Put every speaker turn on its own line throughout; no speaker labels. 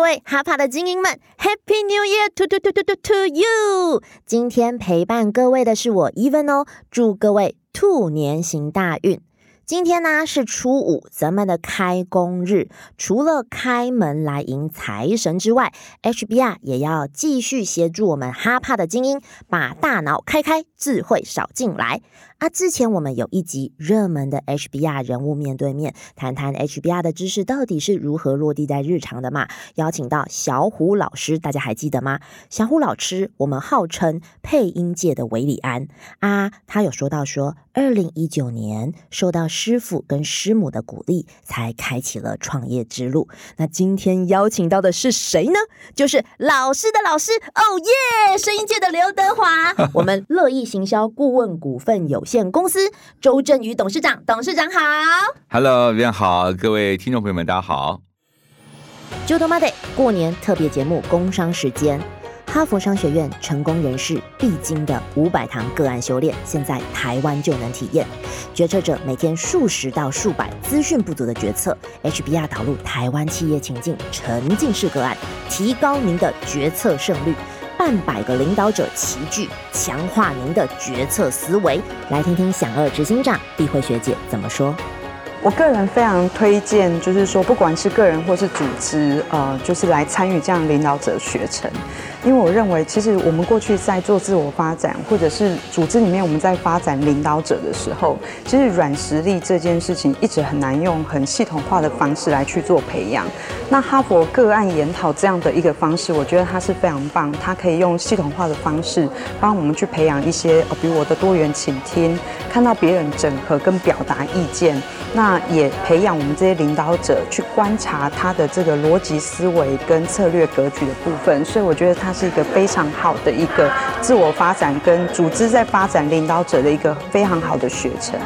位哈帕的精英们，Happy New Year to to to to to to you！今天陪伴各位的是我 Even 哦，祝各位兔年行大运。今天呢是初五，咱们的开工日，除了开门来迎财神之外，HBR 也要继续协助我们哈帕的精英，把大脑开开，智慧少进来。啊，之前我们有一集热门的 HBR 人物面对面，谈谈 HBR 的知识到底是如何落地在日常的嘛？邀请到小虎老师，大家还记得吗？小虎老师，我们号称配音界的韦礼安啊，他有说到说，二零一九年受到师傅跟师母的鼓励，才开启了创业之路。那今天邀请到的是谁呢？就是老师的老师，哦耶，声音界的刘德华， 我们乐意行销顾问股份有限公司周振宇董事长，董事长好。
Hello，大家好，各位听众朋友们，大家好。
j o d o m a d 过年特别节目工商时间，哈佛商学院成功人士必经的五百堂个案修炼，现在台湾就能体验。决策者每天数十到数百资讯不足的决策，HBR 导入台湾企业情境沉浸式个案，提高您的决策胜率。半百个领导者齐聚，强化您的决策思维。来听听响二执行长碧慧学姐怎么说。
我个人非常推荐，就是说，不管是个人或是组织，呃，就是来参与这样领导者学程，因为我认为，其实我们过去在做自我发展，或者是组织里面我们在发展领导者的时候，其实软实力这件事情一直很难用很系统化的方式来去做培养。那哈佛个案研讨这样的一个方式，我觉得它是非常棒，它可以用系统化的方式帮我们去培养一些，呃，比如我的多元倾听，看到别人整合跟表达意见。那也培养我们这些领导者去观察他的这个逻辑思维跟策略格局的部分，所以我觉得它是一个非常好的一个自我发展跟组织在发展领导者的一个非常好的学程。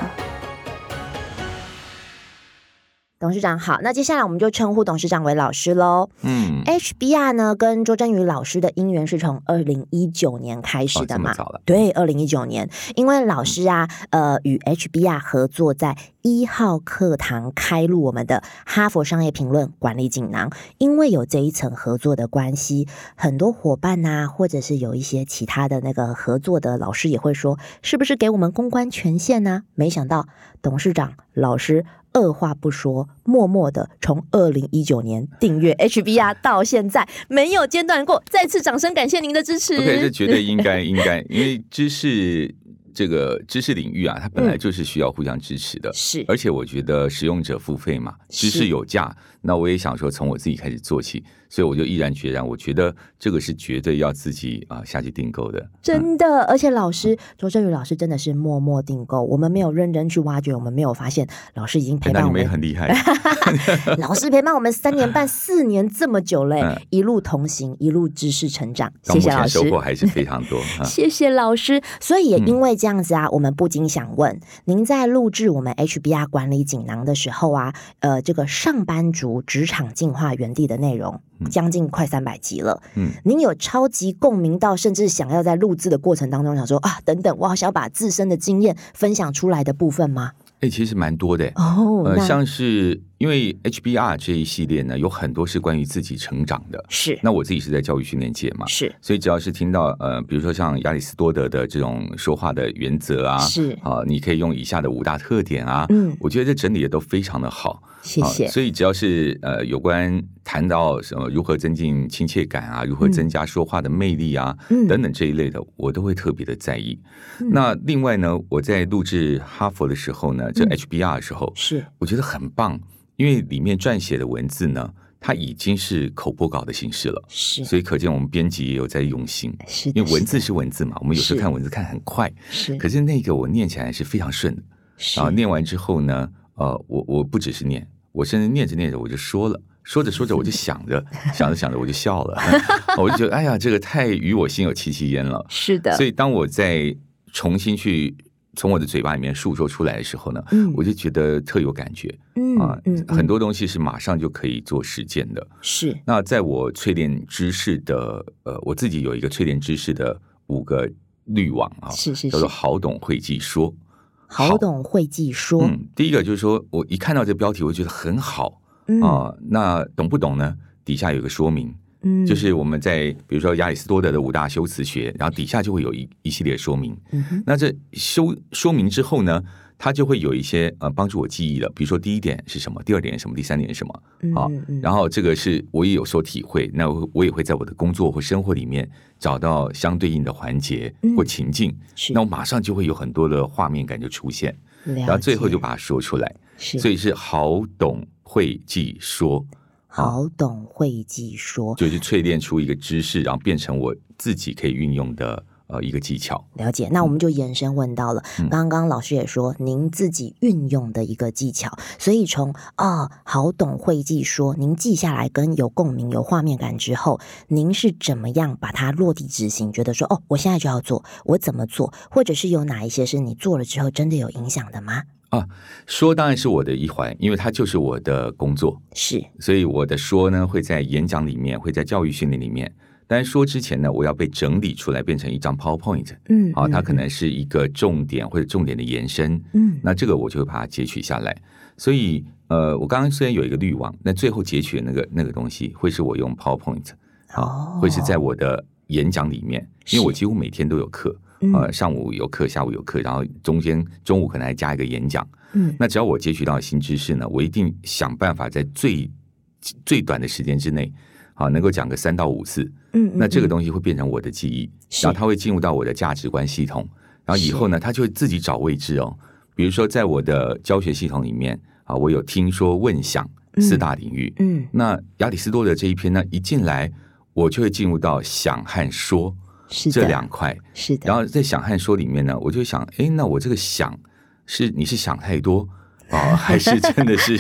董事长好，那接下来我们就称呼董事长为老师喽。
嗯，
哎 HBR 呢，跟周振宇老师的姻缘是从二零一九年开始
哦
的
这么
嘛？
早了
对，二零一九年，因为老师啊，呃，与 HBR 合作在一号课堂开录我们的哈佛商业评论管理锦囊，因为有这一层合作的关系，很多伙伴呐、或者是有一些其他的那个合作的老师也会说，是不是给我们公关权限呢、没想到董事长老师。二话不说，默默的从二零一九年订阅 HBR 到现在，没有间断过。再次掌声感谢您的支持。
OK，这 绝对应该应该，因为知识这个知识领域啊，它本来就是需要互相支持的。
嗯是
而且我觉得使用者付费嘛，
是
知识有价，那我也想说从我自己开始做起，所以我就毅然决然，我觉得这个是绝对要自己啊、下去订购的。嗯
真的，而且老师周振宇老师真的是默默订购，我们没有认真去挖掘，我们没有发现老师已经陪
哎那
伴
你
我
们也
们
很 厉害，
老师陪伴我们三年 半、四年这么久嘞、
嗯
一路同行，一路知识成长。谢
到目
谢老
前
师
收。获还是非常 多。啊
谢谢老师，所以也因为这样子啊，我们不禁想
嗯
问，您在录制我们 HBR 管理锦囊的时候啊，呃，这个上班族职场进化园地的内容
嗯
将近快三百集了，
嗯，
您有超级共鸣到，甚至想要在录制的过程当中想说啊，等等，我好想把自身的经验分享出来的部分吗？
哎，其实蛮多的诶。
哦，
呃，
那
像是因为 HBR 这一系列呢，有很多是关于自己成长的。
是
那我自己是在教育训练界嘛，
是
所以只要是听到呃，比如说像亚里士多德的这种说话的原则啊，
是，
啊、你可以用以下的五大特点啊，
嗯，
我觉得这整理的都非常的好。
谢谢
啊。，所以只要是呃有关谈到什么如何增进亲切感啊，如何
嗯
增加说话的魅力啊、
嗯
等等这一类的，我都会特别的在意。
嗯
那另外呢，我在录制哈佛的时候呢，这
嗯
HBR 的时候，
是
我觉得很棒，因为里面撰写的文字呢，它已经是口播稿的形式了，
是
所以可见我们编辑也有在用心。
是的，
因为文
是
字是文字嘛，我们有时候
是
看文字看很快，
是
可是那个我念起来是非常顺的。
是
然后念完之后呢，呃，我我不只是念，我甚至念着念着我就说了。说着 说着我就想着，想着想着我就笑了， 我就觉得哎呀，这个太与我心有戚戚焉了。
是的，
所以当我再重新去从我的嘴巴里面诉说出来的时候呢，
嗯
我就觉得特有感觉
嗯
啊、
嗯嗯
很多东西是马上就可以做实践的。
是
那在我淬炼知识的，呃，我自己有一个淬炼知识的五个滤网啊，
是是
叫做
是，
好懂会记说。
好懂会计说，
嗯嗯，第一个就是说我一看到这标题，我就觉得很好
嗯
啊、那懂不懂呢？底下有一个说明，
嗯
就是我们在比如说亚里士多德的五大修辞学，然后底下就会有一一系列说明。
嗯哼
那这修说明之后呢，它就会有一些呃帮助我记忆的，比如说第一点是什么，第二点是什么，第三点是什么。好
嗯嗯
啊然后这个是我也有所体会，那我我也会在我的工作或生活里面找到相对应的环节或
嗯
情境，
是
那我马上就会有很多的画面感就出现，
然
然后最后就把它说出来。
是
所以是好懂会记说，
好懂会记说，
啊就是淬炼出一个知识，然后变成我自己可以运用的呃一个技巧。
了解。那我们就延伸问到了，
嗯
刚刚老师也说您自己运用的一个技巧，所以从啊、好懂会记说，您记下来跟有共鸣、有画面感之后，您是怎么样把它落地执行？觉得说哦，我现在就要做，我怎么做？或者是有哪一些是你做了之后真的有影响的吗？
说当然是我的一环，因为它就是我的工作，
是，
所以我的说呢会在演讲里面，会在教育训练里面。但是说之前呢，我要被整理出来变成一张 PowerPoint，
嗯，
好，哦它
嗯
可能是一个重点或者重点的延伸，
嗯
那这个我就会把它截取下来。所以，呃，我刚刚虽然有一个滤网，那最后截取的那个那个东西会是我用 PowerPoint
哦
啊，会是在我的演讲里面，因为我
是
几乎每天都有课，
嗯
呃，上午有课，下午有课，然后中间中午可能还加一个演讲。
嗯
那只要我截取到新知识呢，我一定想办法在最最短的时间之内，啊，能够讲个三到五次。
嗯，
那这个
嗯
东西会变成我的记忆，
是
然后它会进入到我的价值观系统，然后以
是
后呢，它就会自己找位置哦。比如说，在我的教学系统里面啊，我有听说、问、想四大领域。
嗯
那亚里士多德这一篇呢，一进来我就会进入到想和说
是
这
的
两块，
是的，
然后在想和说里面呢，我就想，哎，那我这个想是你是想太多 啊、还是真的是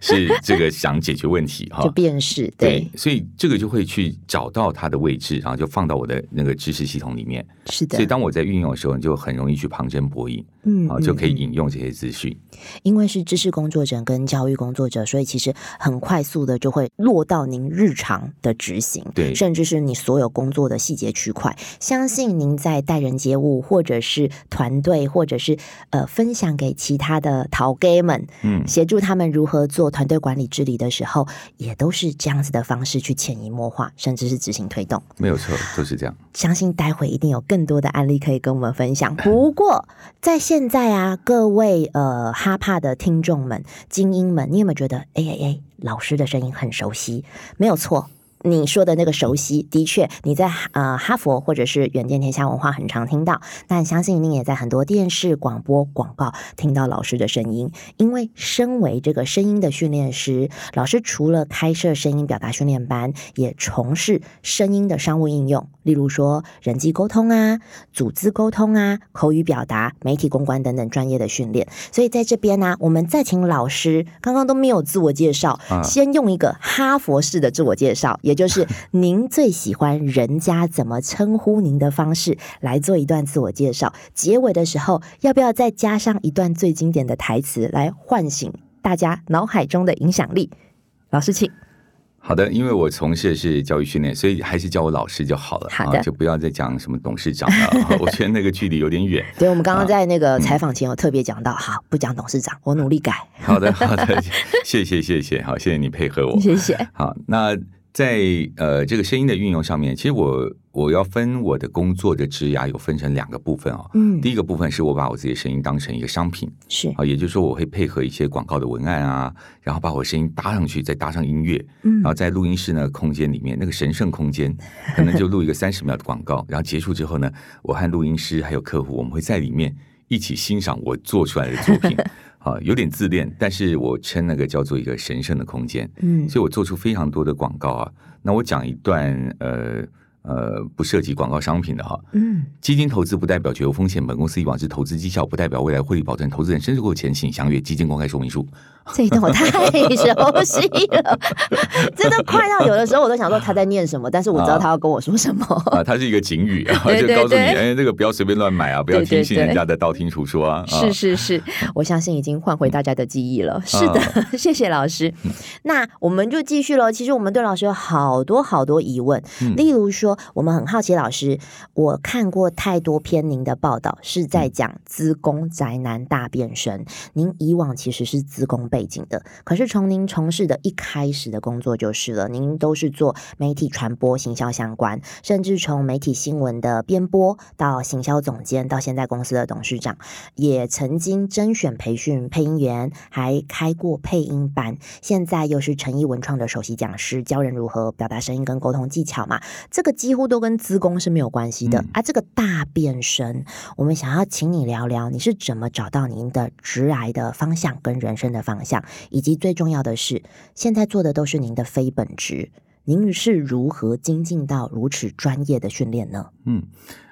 是这个想解决问题哈？
就辨识
对
对，
所以这个就会去找到它的位置，然后就放到我的那个知识系统里面。
是的，
所以当我在运用的时候，你就很容易去旁征博引，
嗯
啊，就可以
嗯嗯嗯
引用这些资讯。
因为是知识工作者跟教育工作者，所以其实很快速的就会落到您日常的执行，
对
甚至是你所有工作的细节区块。相信您在待人接物，或者是团队，或者是呃分享给其他的陶 gay 们，
嗯，
协助他们如何做团队管理治理的时候，也都是这样子的方式去潜移默化，甚至是执行推动。
没有错，就是这样。
相信待会一定有更多的案例可以跟我们分享。不过，在现在啊，各位呃哈帕的听众们、精英们，你有没有觉得，哎哎哎，老师的声音很熟悉？没有错。你说的那个熟悉，的确，你在呃哈佛或者是远见天下文化很常听到，但相信您也在很多电视、广播、广告听到老师的声音。因为身为这个声音的训练师，老师除了开设声音表达训练班，也从事声音的商务应用，例如说人际沟通啊、组织沟通啊、口语表达、媒体公关等等专业的训练。所以在这边呢、我们再请老师，刚刚都没有自我介绍，
啊
先用一个哈佛式的自我介绍，也就是您最喜欢人家怎么称呼您的方式来做一段自我介绍。结尾的时候，要不要再加上一段最经典的台词来唤醒大家脑海中的影响力？老师，请。
好的，因为我从事的是教育训练，所以还是叫我老师就好了，
好的
啊，就不要再讲什么董事长了，啊我觉得那个距离有点远。
对，我们
啊
刚刚在那
嗯
个采访前有特别讲到，好，不讲董事长，我努力改，
好的，好的， 谢谢，谢谢，好，谢谢你配合我。啊
谢谢。
好，那在呃这个声音的运用上面，其实我我要分我的工作的职涯有分成两个部分哦。
嗯，
第一个部分是我把我自己的声音当成一个商品
是，
啊，也就是说我会配合一些广告的文案啊，然后把我声音搭上去，再搭上音乐，
嗯
然后在录音室那个空间里面，那个神圣空间，可能就录一个三十秒的广告，然后结束之后呢，我和录音师还有客户，我们会在里面一起欣赏我做出来的作品啊，有点自恋，但是我称那个叫做一个神圣的空间。
嗯，
所以我做出非常多的广告啊。那我讲一段呃呃不涉及广告商品的哈，
嗯，
基金投资不代表绝无风险，本公司以往之投资绩效不代表未来获利保证，投资人申购前请详阅基金公开说明书。
这一段我太熟悉了， 真的快到有的时候我都想说他在念什么，但是我知道他要跟我说什么。
啊，它是一个警语 啊，
哦对
就告诉你，
对对
哎，这个不要随便乱买啊，不要
对对
听信人
对
家的道听途说啊。嗯啊
是是是，我相信已经唤回大家的记忆了。是的， 谢谢老
嗯
师。那我们就继续喽。其实我们对老师有好多好多疑问，
嗯
例如说，说，我们很好奇老师，我看过太多篇您的报道是在讲资工宅男大变
嗯
身，您以往其实是资工背景的，可是从您从事的一开始的工作就是了，您都是做媒体传播、行销相关，甚至从媒体新闻的编播到行销总监，到现在公司的董事长，也曾经甄选培训配音员，还开过配音班，现在又是诚毅文创的首席讲师，教人如何表达声音跟沟通技巧嘛。这个几乎都跟资工是没有关系的、
嗯
啊。这个大变身，我们想要请你聊聊，你是怎么找到您的职癌的方向跟人生的方向，以及最重要的是，现在做的都是您的非本职，您是如何精进到如此专业的训练呢？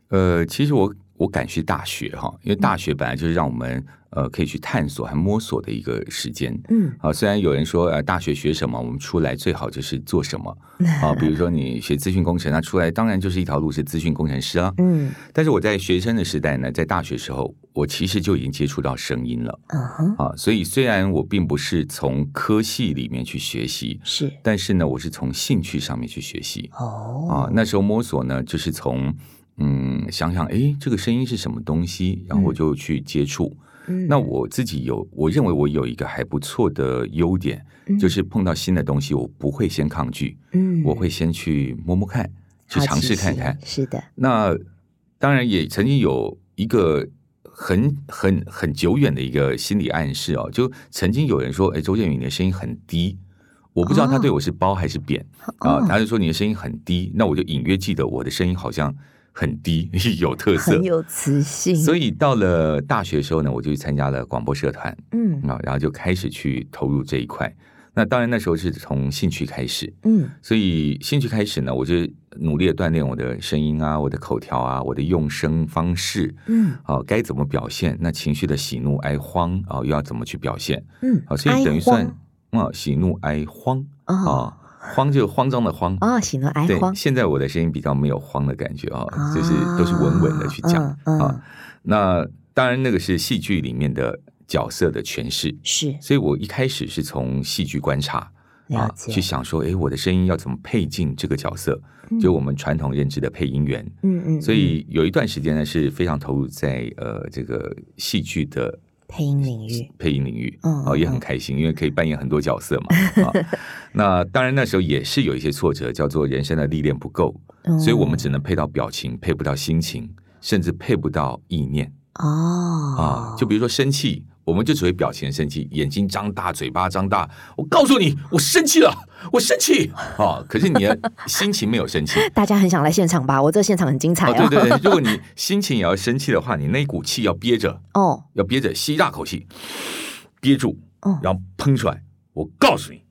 呃，其实我我感谢大学哈，因为大学本来就是让我们呃可以去探索和摸索的一个时间。
嗯，
啊，虽然有人说，呃，大学学什么，我们出来最好就是做什么啊。比如说你学资讯工程，那出来当然就是一条路是资讯工程师啊。
嗯
但是我在学生的时代呢，在大学时候，我其实就已经接触到声音了
嗯哼，
啊。所以虽然我并不是从科系里面去学习，
是
但是呢，我是从兴趣上面去学习啊
哦，。
那时候摸索呢，就是从嗯想想，诶，这个声音是什么东西，然后我
嗯
就去接触。
嗯
那我自己有，我认为我有一个还不错的优点，就是碰到新的东西，我不会先抗拒，
嗯
我会先去摸摸看，去尝试看看
好。奇心是的，
那当然也曾经有一个很很很久远的一个心理暗示哦，就曾经有人说，哎，周建宇你的声音很低。我不知道他对我是褒还是贬啊、
哦
他就说你的声音很低，那我就隐约记得我的声音好像很低， 有特色
很。有磁性，
所
以
以到了大学的时候呢，我就去参加了广播社团
嗯
啊，然后就开始去投入这一块。那当然那时候是从兴趣开始，
嗯
所以兴趣开始呢，我就努力的锻炼我的声音啊，我的口条啊，我的用声方式
嗯
啊，该怎么表现？那情绪的喜怒哀慌啊，又要怎么去表现？
嗯，
啊，所
哀
以等于算
慌
啊，喜怒哀慌
哦
啊，慌就是慌张的慌。
哦，喜怒哀
啊对，
慌，
现在我的声音比较没有慌的感觉啊，就是都是稳稳的去讲
啊嗯嗯
啊。那当然，那个是戏剧里面的角色的诠释，
是
所以我一开始是从戏剧观察。
了
啊，
解，
去想说，诶，我的声音要怎么配进这个角色？
嗯
就我们传统认知的配音员。
嗯嗯，
所
嗯
以有一段时间呢，是非常投入在呃这个戏剧的
配音领域，
配音领域，
嗯
哦，也很
嗯
开心，因为可以扮演很多角色 嘛。啊，那当然那时候也是有一些挫折，叫做人生的历练不够，
哦
所以我们只能配到表情，配不到心情，甚至配不到意念
嗯哦
啊。就比如说生气。我们就只会表情生气，眼睛张大，嘴巴张大。我告诉你，我生气了，我生气啊！可是你的心情没有生气，
大家很想来现场吧？我这现场很精彩
哦，
哦，
对 对对，如果你心情也要生气的话，你那一股气要憋着，
哦
要憋着，吸一大口气，憋住
哦，
然后喷出来。我告诉你，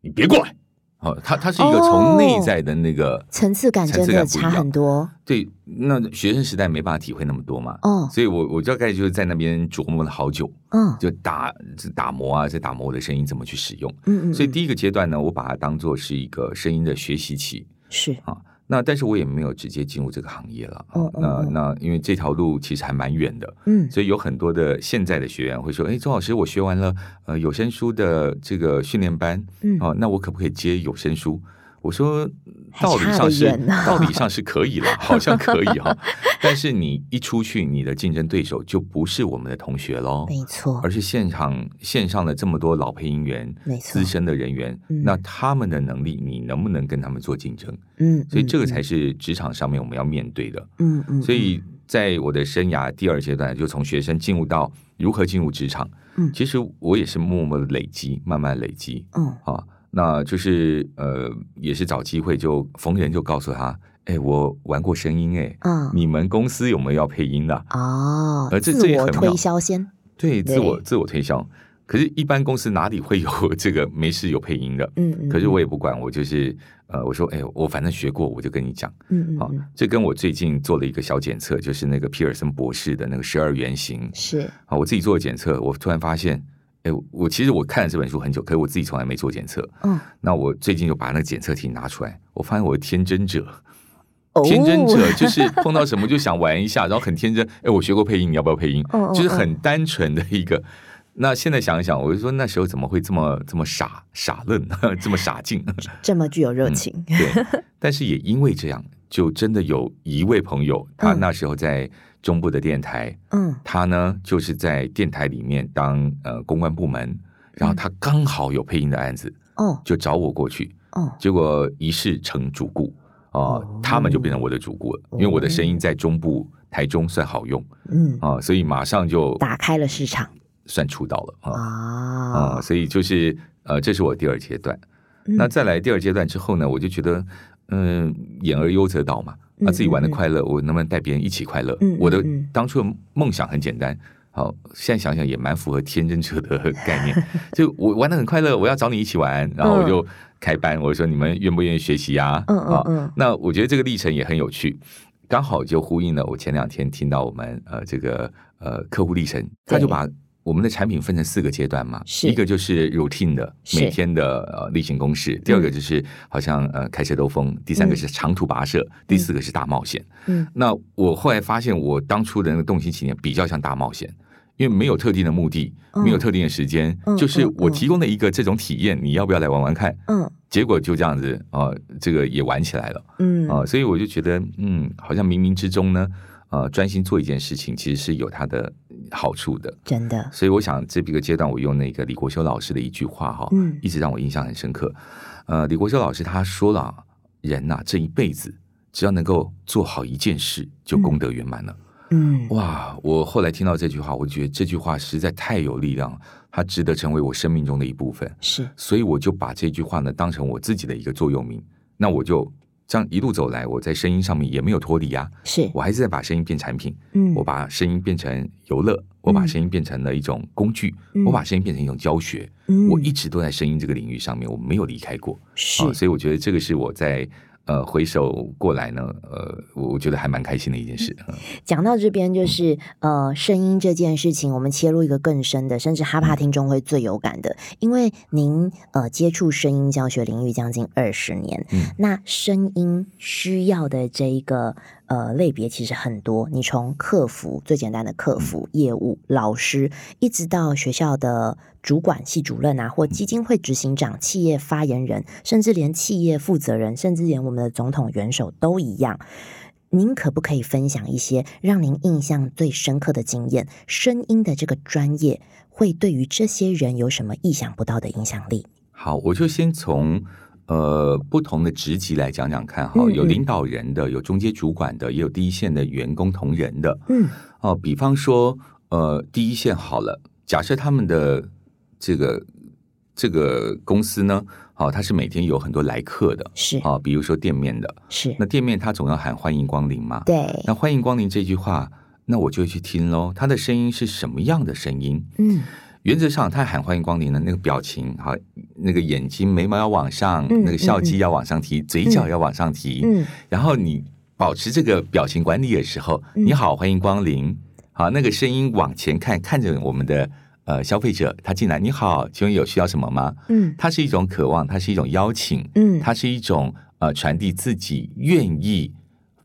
你别过来。哦，它它是一个从内在的那个、
哦层次感真
层次
的
感不一
差
样
很多
对，那学生时代没办法体会那么多嘛，
哦，
所以我我大概就是在那边琢磨了好久，
嗯
就打打磨啊，在打磨我的声音怎么去使用。
嗯嗯，
所以
嗯
第一个阶段呢，我把它当做是一个声音的学习期。
是
那但是我也没有直接进入这个行业了，
嗯嗯
呃那
嗯
那因为这条路其实还蛮远的，
嗯
所以有很多的现在的学员会说：“哎，周老师，我学完了呃有声书的这个训练班
嗯
哦、那我可不可以接有声书？”我说：“
还
道理
差得
上是
远呢
道理上是可以了，好像可以哈、 但是你一出去，你的竞争对手就不是我们的同学喽，
没错
而是现场线上的这么多老配音员、
没错
资，深的人员，
嗯
那他们的能力，你能不能跟他们做竞争？
嗯，
所以
嗯
这个才是职场上面我们要面对的。
嗯嗯，
所以在我的生涯第二阶段，就从学生进入到如何进入职场。
嗯
其实我也是默默的累积，慢慢累积
嗯
啊。那就是呃，也是找机会就逢人就告诉他，哎，我玩过声音，哎，
嗯
你们公司有没有要配音的、
哦，
而这
自
这也
我
很
推
妙
销先
对，自我
对
自我推销。可是，一般公司哪里会有这个没事有配音的？
嗯嗯，
可是
嗯
我也不管，我就是呃，我说，哎，我反正学过，我就跟你讲。
嗯嗯
好
嗯，
这跟我最近做了一个小检测，就是那个皮尔森博士的那个十二原型
是
啊，我自己做的检测，我突然发现，哎，我我其实我看了这本书很久，可是我自己从来没做检测。
嗯
那我最近就把那个检测题拿出来，我发现我的天真者，
哦
天真者就是碰到什么就想玩一下，然后很天真。哎，我学过配音，你要不要配音
哦哦？
就是很单纯的一个。那现在想一想，我就说那时候怎么会这么这么傻傻愣，这么傻劲？ 嗯
这么具有热情，
对，但是也因为这样，就真的有一位朋友，他那时候在中部的电台，
嗯
他呢就是在电台里面当呃公关部门，
嗯
然后他刚好有配音的案子，
哦
就找我过去，
哦
结果一试成主顾啊、
哦
他们就变成我的主顾了，因为我的声音在中部台中算好用
嗯，
啊、所以马上就
打开了市场
算出道了啊啊、
啊，
所以就是呃，这是我第二阶段。
嗯
那再来第二阶段之后呢，我就觉得，嗯、演而优则导嘛，
嗯
啊，自己玩的
嗯
快乐，我能不能带别人一起快乐？
嗯嗯
我的
嗯
当初的梦想很简单，好，现在想想也蛮符合天真者的 概念，就我玩的很快乐，我要找你一起玩，然后我就开班，我说你们愿不愿意学习呀、啊？
嗯嗯嗯
那我觉得这个历程也很有趣。刚好就呼应了我前两天听到我们呃这个呃客户历程，他就
对
把我们的产品分成四个阶段嘛，
是
一个就是 routine 的
是嗯
每天的呃例行公事，第二个就是好像呃开车兜风，第三个是长途跋涉，第四个是大冒险。
嗯，
那我后来发现我当初的那个动心起念比较像大冒险。因为没有特定的目的，
嗯
没有特定的时间，
嗯
就是
嗯
我
嗯
提供了一个这种体验，你要不要来玩玩看？
嗯
结果就这样子啊、呃这个也玩起来了。
嗯
啊、所以我就觉得，嗯，好像冥冥之中呢，呃，专心做一件事情其实是有它的好处的。
真的，
所以我想这个阶段，我用那个李国修老师的一句话哈、
嗯
一直让我印象很深刻。呃，李国修老师他说了啊，人呐、这一辈子只要能够做好一件事，就功德圆满了。
嗯
哇！我后来听到这句话，我觉得这句话实在太有力量了，它值得成为我生命中的一部分。
是
所以我就把这句话呢当成我自己的一个座右铭。那我就这样一路走来，我在声音上面也没有脱离啊，
是，
我还是在把声音变产品，
嗯
我把声音变成游乐，我把声音变成了一种工具，
嗯
我把声音变成一种教学。
嗯
我一直都在声音这个领域上面，我没有离开过
是
啊，所以我觉得这个是我在。呃，回首过来呢，呃，我我觉得还蛮开心的一件事。嗯
讲到这边，就是呃，声音这件事情，我们切入一个更深的，甚至哈帕听众会最有感的，因为您呃接触声音教学领域将近二十年，
嗯
那声音需要的这一个呃类别其实很多，你从客服最简单的客服、业务、老师，一直到学校的主管、系主任啊，或基金会执行长、企业发言人，甚至连企业负责人，甚至连我们的总统元首都一样。您可不可以分享一些让您印象最深刻的经验？声音的这个专业会对于这些人有什么意想不到的影响力？
好，我就先从呃不同的职级来讲讲看哈，
嗯
有
嗯
领导人的，有中阶主管的，也有第一线的员工同仁的。
嗯
哦、比方说呃第一线好了，假设他们的这个这个公司呢，好、它是每天有很多来客的。
是
啊、比如说店面的，
是
那，店面它总要喊欢迎光临嘛。
对，
那欢迎光临这句话，那我就会去听喽。它的声音是什么样的声音？
嗯
原则上，他喊欢迎光临的那个表情，哈，那个眼睛眉毛要往上，
嗯
那个笑肌要往上提，嘴角要往上提，
嗯
然后你保持这个表情管理的时候，
嗯
你好，欢迎光临，好，那个声音往前看，看着我们的呃消费者，他进来，你好，请问有需要什么吗？
嗯
它是一种渴望，它是一种邀请，
嗯，
它是一种呃传递自己愿意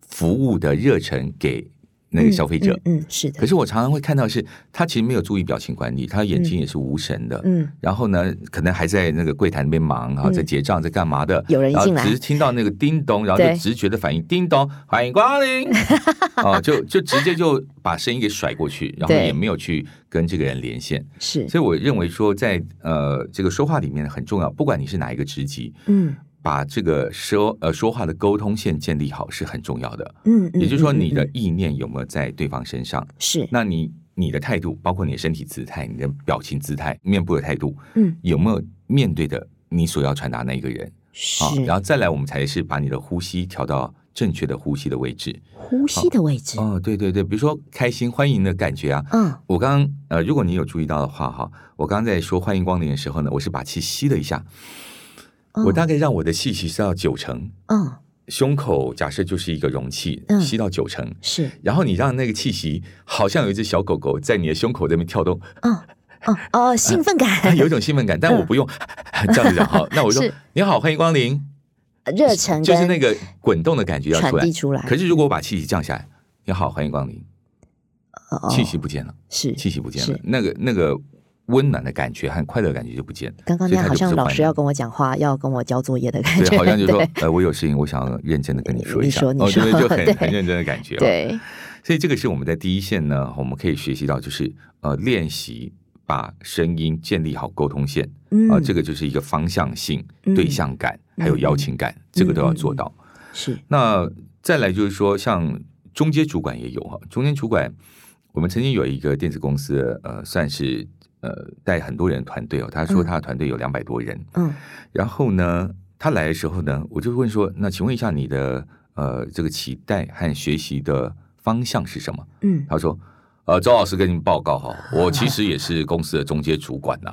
服务的热忱给那个消费者。
嗯，嗯嗯是的，
可是我常常会看到的是，他其实没有注意表情管理，他眼睛也是无神的。
嗯
然后呢，可能还在那个柜台那边忙啊，
嗯
在结账，在干嘛的？
有人
然后
进来
只是听到那个叮咚，然后就
对
直觉的反应，叮咚，欢迎光 临，啊，就就直接就把声音给甩过去，然后
对
也没有去跟这个人连线。
是，
所以我认为说在，呃这个说话里面很重要，不管你是哪一个职级，
嗯
把这个说呃说话的沟通线建立好是很重要的。
嗯，嗯
也就是说，你
嗯
的
嗯
意念有没有在对方身上？
是，
那你你的态度，包括你的身体姿态、你的表情姿态、面部的态度，
嗯
有没有面对的你所要传达那一个人
是
啊？然后再来，我们才是把你的呼吸调到正确的呼吸的位置。
呼吸的位置，
哦，对对对，比如说开心、欢迎的感觉啊。
嗯
我刚刚呃，如果你有注意到的话哈，我刚刚在说欢迎光临的时候呢，我是把气吸了一下，
嗯
我大概让我的气息吸到九成，
嗯
胸口假设就是一个容器
嗯，
吸到九成，
是，
然后你让那个气息好像有一只小狗狗在你的胸口这边跳动，
嗯嗯哦，
啊
兴奋
它
感、
有一种兴奋感，但我不用 这样子 讲哈。那我说
嗯是
你好，欢迎光临，
热忱
就是那
跟
个滚动的感觉要
传
出来
递。出来，
可是如果我把气息降下来，你好，欢迎光临，
哦
气息不见了，
是
气息不见了
是，
那个那个温暖的感觉和快乐的感觉就不见了。
刚刚
所以
那
它
好
就不
像
是
老
欢
师
乐
要跟我讲话，要跟我交作业的感觉，
对，好像就说
对
呃，我有事情，我想要认真的跟你说一
你
下，
说你
哦，对
说
对，就很
对
很认真的感觉、哦。，
对
所以这个是我们在第一线呢，我们可以学习到，就是呃，练习把声音建立好沟通线
嗯
啊、这个就是一个方向性、
嗯
对象感，还有邀请感，这个都要做到。
是
那再来就是说，像中间主管也有哈，中间主管，我们曾经有一个电子公司，呃，算是呃带很多人的团队哦，他说
嗯
他的团队有两百多人，
嗯
然后呢，他来的时候呢，我就问说：“那请问一下你的呃这个期待和学习的方向是什么
嗯？”
他说：“呃，周老师跟您报告哈，我其实也是公司的中介主管呐、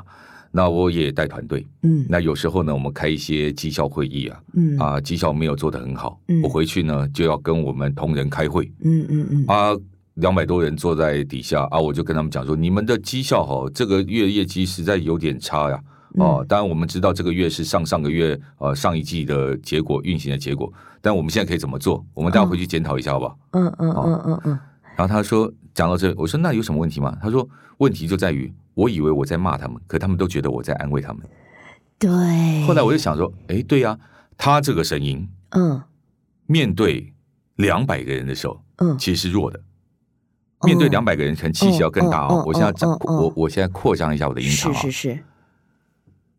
那我也带团队。
嗯
那有时候呢，我们开一些绩效会议啊，
嗯
啊、绩效没有做得很好
嗯，
我回去呢就要跟我们同仁开会
嗯嗯嗯
啊。”两百多人坐在底下啊，我就跟他们讲说，你们的绩效哈，这个月业绩实在有点差呀、
嗯
哦，当然我们知道这个月是上上个月呃上一季的结果运行的结果，但我们现在可以怎么做？我们大家回去检讨一下，好不好？
嗯嗯嗯
哦
嗯嗯
然后他说讲到这，我说那有什么问题吗？他说问题就在于我以为我在骂他们，可他们都觉得我在安慰他们。
对，
后来我就想说，哎，对呀、他这个声音
嗯
面对两百个人的时候
嗯
其实是弱的，面对
哦
两百个人可能气息要更大
哦哦
哦
哦。
我现在讲
哦哦
我我现在扩张一下我的音场
是
啊，
是是，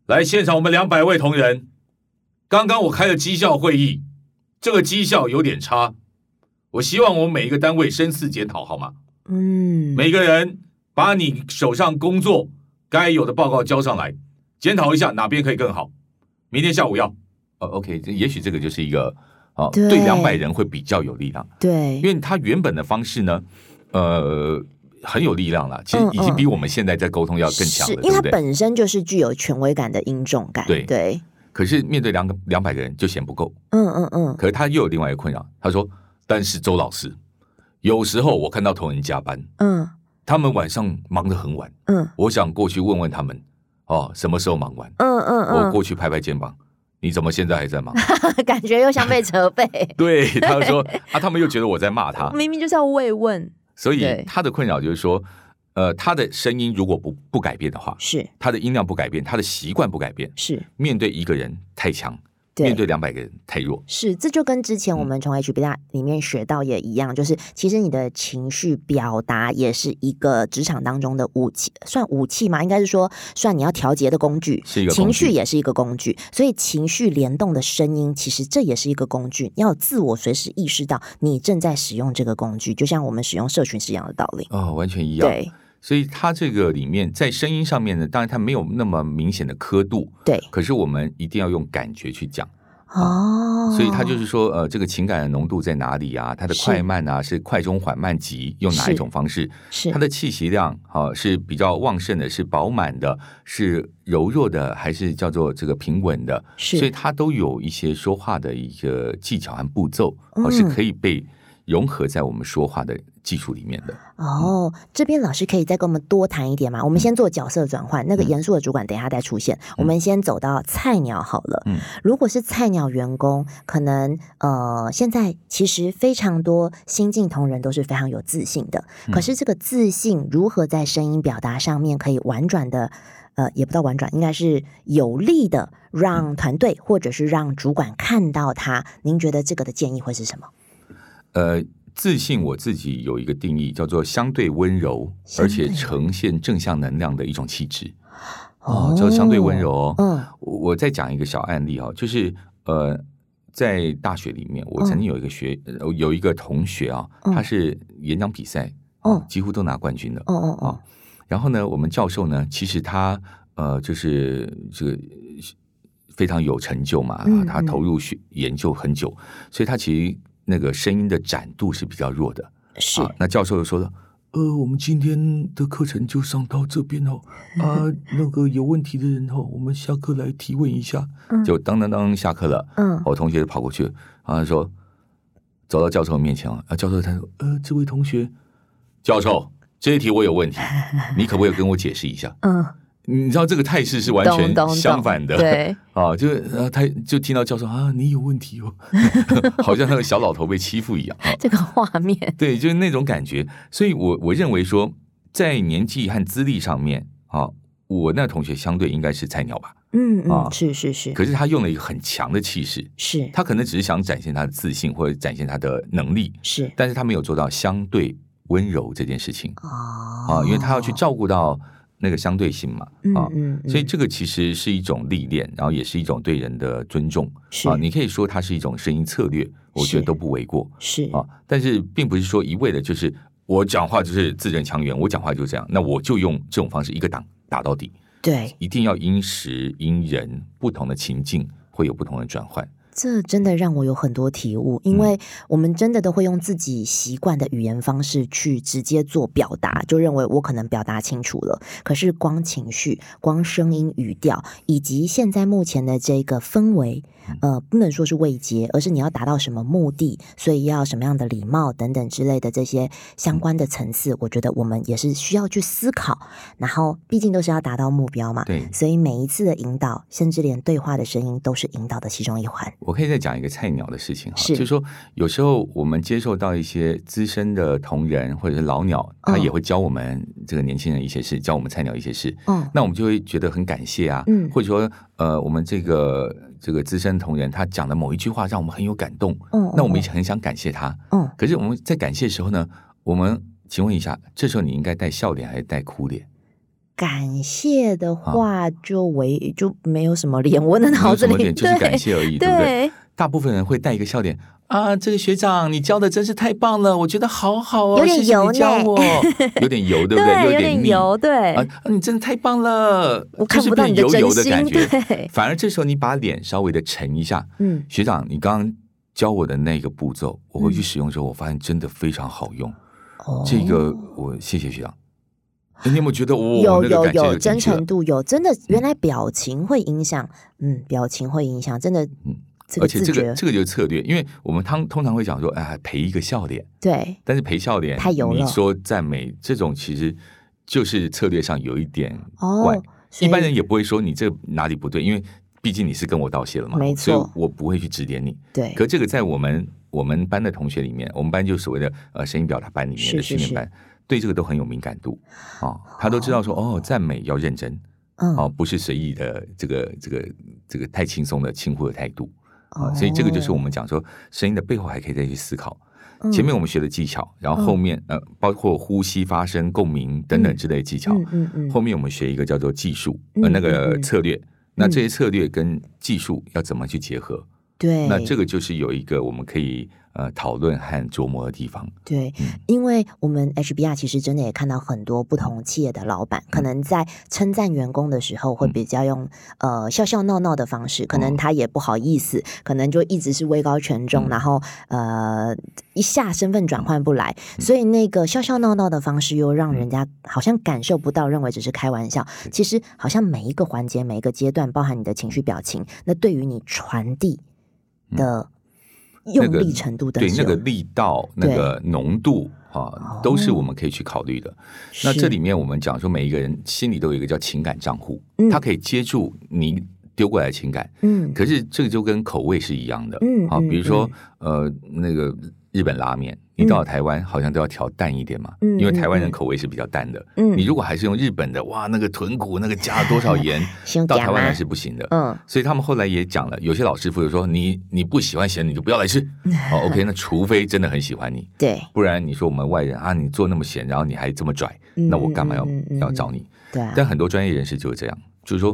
来，现场我们两百位同仁，刚刚我开了绩效会议，这个绩效有点差，我希望我们每一个单位深思检讨，好吗？
嗯
每个人把你手上工作该有的报告交上来，检讨一下哪边可以更好。明天下午要。呃，OK，这也许这个就是一个啊，
对
对两百人会比较有力量，
对
因，为他原本的方式呢，呃。很有力量了，其实
嗯
已
嗯
经比我们现在在沟通要更强
是
了，
因为
对
它
不对？
本身就是具有权威感的音重感，
对
对，
可是面对两个两百个人就嫌不够，
嗯嗯嗯，
可是他又有另外一个困扰，他说：“但是周老师，有时候我看到同仁加班，
嗯
他们晚上忙得很晚，
嗯
我想过去问问他们，哦，什么时候忙完？
嗯嗯
我过去拍拍肩膀，你怎么现在还 在忙？
嗯，感觉又 像被责备，
对，他就说啊，他们又觉得我在骂他，
明明就是要慰问，
所以
嗯对
他的困扰就是说，呃，他的声音如果不不改变的话，
是
他的音量不改变，他的习惯不改变，
是，
面对一个人太强，
对
面对两百个人太弱。”
是，这就跟之
嗯
前我们从 HBR 里面学到也一样，就是其实你的情绪表达也是一个职场当中的武器，算武器吗？应该是说算你要调节的工具，
是一个
情
工
绪
具
也是一个工具，所以情绪联动的声音，其实这也是一个工具，要有自我随时意识到你正在使用这个工具，就像我们使用社群是一样的道理。
哦，完全一样。
对
所以它这个里面在声音上面呢，当然它没有那么明显的刻度，
对
可是我们一定要用感觉去讲，
哦，
所以它就是说，呃，这个情感的浓度在哪里啊？它的
是
快慢啊，是快中缓慢急，用哪
是
一种方式？
是
它的气息量啊、是比较旺盛的，是饱满的，是柔弱的，还是叫做这个平稳的？
是
所以它都有一些说话的一个技巧和步骤，哦、
嗯
是可以被融合在我们说话的技术里面的。
哦，这边老师可以再跟我们多谈一点吗？我
嗯
们先做角色转换，那个严肃的主管等一下再出现，我们先走到菜鸟好了。
嗯
如果是菜鸟员工，可能呃，现在其实非常多新进同仁都是非常有自信的，
嗯
可是这个自信如何在声音表达上面可以婉转的？呃，也不到婉转，应该是有力的，让团队或者是让主管看到他。您觉得这个的建议会是什么？
呃，自信我自己有一个定义，叫做相对温柔，
相
而
对
且呈现正向能量的一种气质。哦，叫相对温柔哦。
嗯
我我再讲一个小案例哦，就是呃，在大学里面，我曾经有一个学、呃有一个同学啊，
嗯
他是演讲比赛，
嗯
几乎都拿冠军的。
哦哦哦
哦，然后呢，我们教授呢，其实他呃，就是这个非常有成就嘛，
嗯
啊他投入学研究很久，所以他其实那个声音的展度是比较弱的。
是
啊，那教授就说了。呃，我们今天的课程就上到这边哦。 啊，那个有问题的人哦，我们下课来提问一下。
嗯
就当当当下课了，
嗯
我同学就跑过去，然后说走到教授面前啊，啊教授他说：“呃，这位同学，教授，这一题我有问题，你可不可以跟我解释一下
嗯。？”
你知道这个态势是完
懂懂
全相反的，
懂对，
啊，就是呃，他就听到教授啊，你有问题哦，好像那个小老头被欺负一样啊。
这个画面，
对，就是那种感觉。所以我我认为说，在年纪和资历上面啊，我那同学相对应该是菜鸟吧，
嗯
啊
嗯，是是是
可是他用了一个很强的气势，
是
他可能只是想展现他的自信或者展现他的能力，
是
但是他没有做到相对温柔这件事情
哦
啊，因为他要去照顾到那个相对性嘛啊，
嗯嗯，
所以这个其实是一种历练，然后也是一种对人的尊重
是
啊，你可以说它是一种声音策略，我觉得
是
都不为过
是
啊，但是并不是说一味的就是我讲话就是字正腔圆，我讲话就这样，那我就用这种方式一个档打到底，
对，
一定要因时因人不同的情境会有不同的转换。
这真的让我有很多体悟，因
嗯
为我们真的都会用自己习惯的语言方式去直接做表达，就认为我可能表达清楚了。可是光情绪、光声音、语调，以及现在目前的这个氛围，
嗯
呃，不能说是未接，而是你要达到什么目的，所以要什么样的礼貌等等之类的这些相关的层次，我觉得我们也是需要去思考。然后，毕竟都是要达到目标嘛，
对
所以每一次的引导，甚至连对话的声音，都是引导的其中一环。
我可以再讲一个菜鸟的事情哈，
是
就是说有时候我们接受到一些资深的同仁或者是老鸟，他
嗯
也会教我们这个年轻人一些事，教我们菜鸟一些事，
哦，
那我们就会觉得很感谢啊，
嗯
或者说呃，我们这个这个资深同仁他讲的某一句话让我们很有感动，
嗯，
那我们也很想感谢他，
嗯，
可是我们在感谢的时候呢，我们请问一下，这时候你应该带笑脸还是带哭脸？
感谢的话就为就没有什么脸，我的脑子
啊没有什么
里
脸就是感谢而已，对不对？
对，
大部分人会带一个笑脸啊，这个学长你教的真是太棒了，我觉得好好哦，
有点
谢谢
油
你
呢
教 我，有点油，对不对？
有
点
点
腻
油，对
啊，啊你真的太棒了，
我
就
看
是
不到
变
你的
油
真
油的感
心，
觉。
对，
反而这时候你把脸稍微的沉一下，
嗯，
学长，你刚刚教我的那个步骤，我回去使用之后，我发现真的非常好用。
哦
这个我谢谢学长。诶你有没有觉得哦我、
有
那个
有
感觉嗯
有
进
真
去了
诚度有，真的原来表情会影响，嗯，表情会影响，真的，
嗯
这
而
个
且
自
这
觉
个，这个就是策略，因为我们通通常会讲说，哎，陪一个笑脸，
对，
但是陪笑脸
太油了
你说赞美这种其实就是策略上有一点怪，
哦，所
一
以
般人也不会说你这哪里不对，因为毕竟你是跟我道谢了嘛，
没
所
错
以我不会去指点你。
对，
可这个在我们我们班的同学里面，我们班就所谓的呃声音表达班里面
是
的
是
训练
是
班，对这个都很有敏感度啊、他都知道说哦，赞美要认真
嗯，
哦，不是随意的这个这个这个太轻松的轻忽的态度啊、所以这个就是我们讲说声音的背后还可以再去思考。
哦
前面我们学的技巧，然后后面、呃包括呼吸、发声、共鸣等等之类的技巧，
嗯嗯嗯嗯
后
嗯，
面我们学一个叫做技术，
嗯
呃，那个
嗯嗯嗯
策略。那这些策略跟技术要怎么去结合？
对，
那这个就是有一个我们可以呃讨论和琢磨的地方。
对，
嗯
因为我们 HBR 其实真的也看到很多不同企业的老板，可能在称赞员工的时候会
嗯
比较用呃笑笑闹闹的方式，可
嗯
能他也不好意思，可能就一直是位高权重，
嗯
然后呃一下身份转换不来，
嗯
所以那个笑笑闹闹的方式又让人家好像感受不到，认为只是开玩笑。其实好像每一个环节、每一个阶段，包含你的情绪表情，那对于你传递的
嗯那
用
个
力程度的
对那个力道、那个浓度啊
哦，
都是我们可以去考虑的。那这里面我们讲说，每一个人心里都有一个叫情感账户，
嗯
它可以接住你丢过来的情感。
嗯
可是这个就跟口味是一样的，
嗯
啊，
嗯
比如说呃那个日本拉面，你到了台湾好像都要调淡一点嘛，
嗯
因为台湾人
嗯嗯
口味是比较淡的。
嗯，
你如果还是用日本的，哇，那个豚骨那个加了多少盐
先
到
夹
台湾
吗
来是不行的。
嗯，
所以他们后来也讲了，有些老师傅就说你你不喜欢咸，你就不 要来吃。哦，OK，那除非真的很喜欢你，
对，
不然你说我们外人啊，你做那么咸，然后你还这么拽，
嗯
那我干嘛要
嗯嗯嗯
要找你？
对啊，
但很多专业人士就是这样，就是说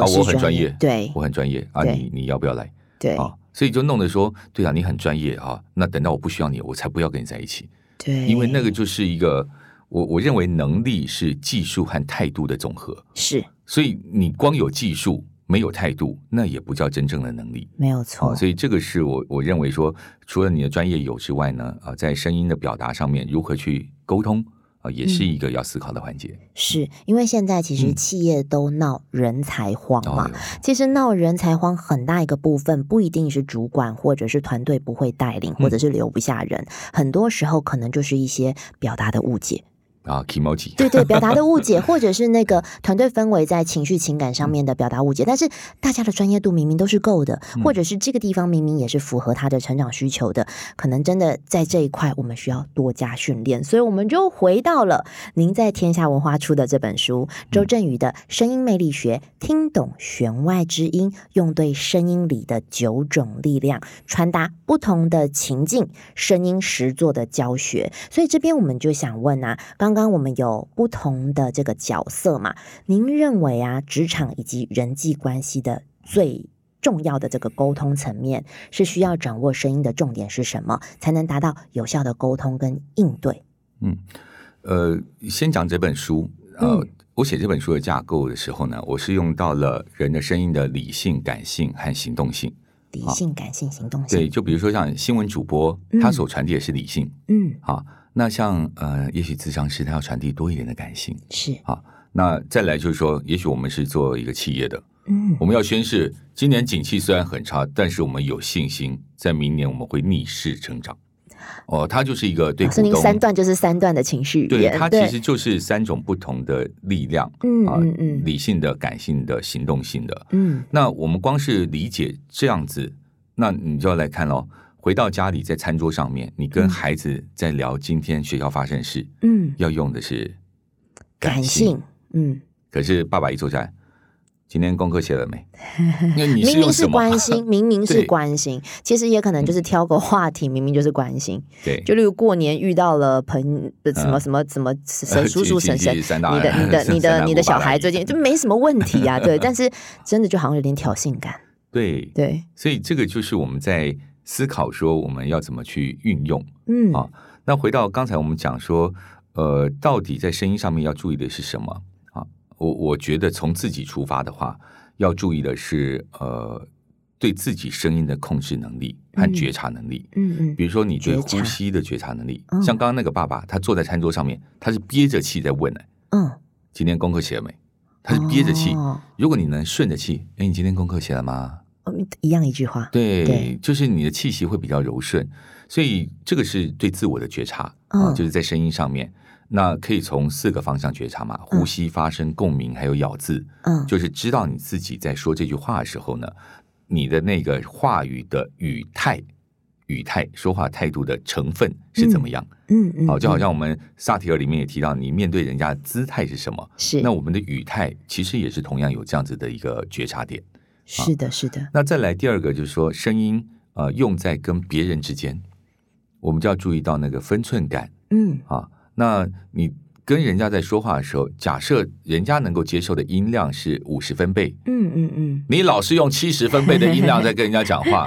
啊，
是
我很专业，
对
我很专业啊，
对
你你要不要来
对
啊？所以就弄得说，对啊，你很专业啊，那等到我不需要你，我才不要跟你在一起，
对，
因为那个就是一个我我认为能力是技术和态度的总和，
是
所以你光有技术没有态度，那也不叫真正的能力。
没有
啊、
错，
所以这个是我我认为说，除了你的专业有之外呢，啊、在声音的表达上面如何去沟通啊、也
嗯
是一个要思考的环节。
是因为现在其实
嗯
企业都闹人才荒
哦
嘛，
有
其实闹人才荒很大一个部分不一定是主管或者是团队
嗯
不会带领，或者是留不下人，很多时候可能就是一些表达的误解。
啊 k i m o j i
对对，表达的误解，或者是那个团队氛围在情绪情感上面的表达误解，但是大家的专业度明明都是够的，或者是这个地方明明也是符合他的成长需求的，可能真的在这一块我们需要多加训练，所以我们就回到了您在天下文化出的这本书，周振宇的《声音魅力学》，听懂弦外之音，用对声音里的九种力量，传达不同的情境，声音实作的教学。所以这边我们就想问啊，刚刚我们有不同的这个角色嘛？您认为啊，职场以及人际关系的最重要的这个沟通层面，是需要掌握声音的重点是什么，才能达到有效的沟通跟应对？
呃，先讲这本书，呃，
嗯
我写这本书的架构的时候呢，我是用到了人的声音的理性、感性和行动性。
理性、感性、行动
对，
性。
就比如说像新闻主播，
嗯
他所传递的是理性
嗯，
啊、那像呃，也许咨商师他要传递多一点的感性。
是，
那再来就是说，也许我们是做一个企业的，
嗯
我们要宣示今年景气虽然很差，但是我们有信心，在明年我们会逆势成长。哦，它就是一个对
老
股
师，您
东，
三段就是三段的情绪语
对
言，
它其实就是三种不同的力量
嗯
啊
嗯，嗯
理性的、感性的、行动性的。
嗯，
那我们光是理解这样子，那你就要来看喽。回到家里，在餐桌上面，你跟
嗯
孩子在聊今天学校发生的事，
嗯，
要用的是
感性，嗯，
可是爸爸一坐下来，今天功课写了 没？那你
明
是用
明
什
是
么？
关心，明明是
对嗯
关心，其实也可能就是挑个话题，明明就是关心。
对，
就例如过年遇到了朋呃什么什么什么
呃
谁叔叔
亲
婶
戚
婶，
三
你的
大人
你的你
三大
的你的
姑八
小
大
孩
姨
最近就没什么问题 啊，对，但是真的就好像有点挑衅感，
对，
对，
所以这个就是我们在思考说我们要怎么去运用。
嗯
好那回到刚才我们讲说，呃，到底在声音上面要注意的是什么啊？我我觉得从自己出发的话，要注意的是呃，对自己声音的控制能力和
嗯
觉察能力。
嗯嗯，
比如说你对
觉
呼
察
吸的觉察能力，
嗯
像刚刚那个爸爸，他坐在餐桌上面，他是憋着气在问呢、
嗯，
今天功课写了没？他是憋着气。
哦
如果你能顺着气，哎，你今天功课写了吗？
嗯一样一句话，
对，
对
就是你的气息会比较柔顺，所以这个是对自我的觉察啊、
嗯
就是在声音上面，那可以从四个方向觉察嘛，呼吸、发声、共鸣，还有咬字，
嗯，
就是知道你自己在说这句话的时候呢，你的那个话语的语态、语态、说话态度的成分是怎么样？啊
嗯嗯，
好、就好
嗯
像我们萨提尔里面也提到，你面对人家的姿态是什么，
是
那我们的语态其实也是同样有这样子的一个觉察点。
是
啊
的是的，
那再来第二个就是说，声音呃用在跟别人之间，我们就要注意到那个分寸感
嗯
啊。那你跟人家在说话的时候，假设人家能够接受的音量是五十分贝，
嗯嗯嗯，
你老是用七十分贝的音量在跟人家讲 话，